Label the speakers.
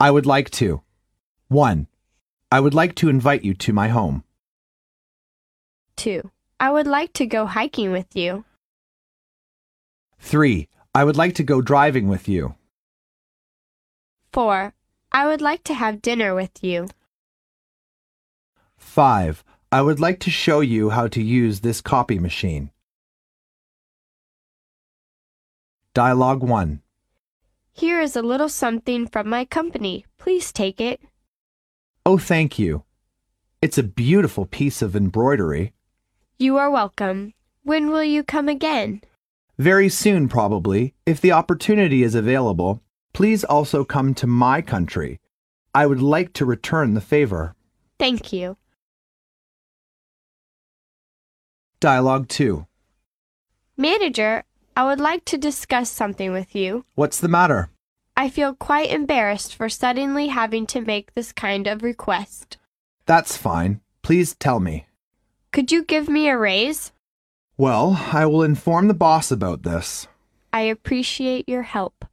Speaker 1: I would like to. 1. I would like to invite you to my home.
Speaker 2: 2. I would like to go hiking with you.
Speaker 1: 3. I would like to go driving with you.
Speaker 2: 4. I would like to have dinner with you.
Speaker 1: 5. I would like to show you how to use this copy machine. Dialogue 1.
Speaker 2: Here is a little something from my company. Please take it.
Speaker 1: Oh, thank you. It's a beautiful piece of embroidery.
Speaker 2: You are welcome. When will you come again?
Speaker 1: Very soon, probably, if the opportunity is available, please also come to my country. I would like to return the favor.
Speaker 2: Thank you.
Speaker 1: Dialogue 2.
Speaker 2: Manager, I would like to discuss something with you.
Speaker 1: What's the matter?
Speaker 2: I feel quite embarrassed for suddenly having to make this kind of request.
Speaker 1: That's fine. Please tell me.
Speaker 2: Could you give me a raise?
Speaker 1: Well, I will inform the boss about this.
Speaker 2: I appreciate your help.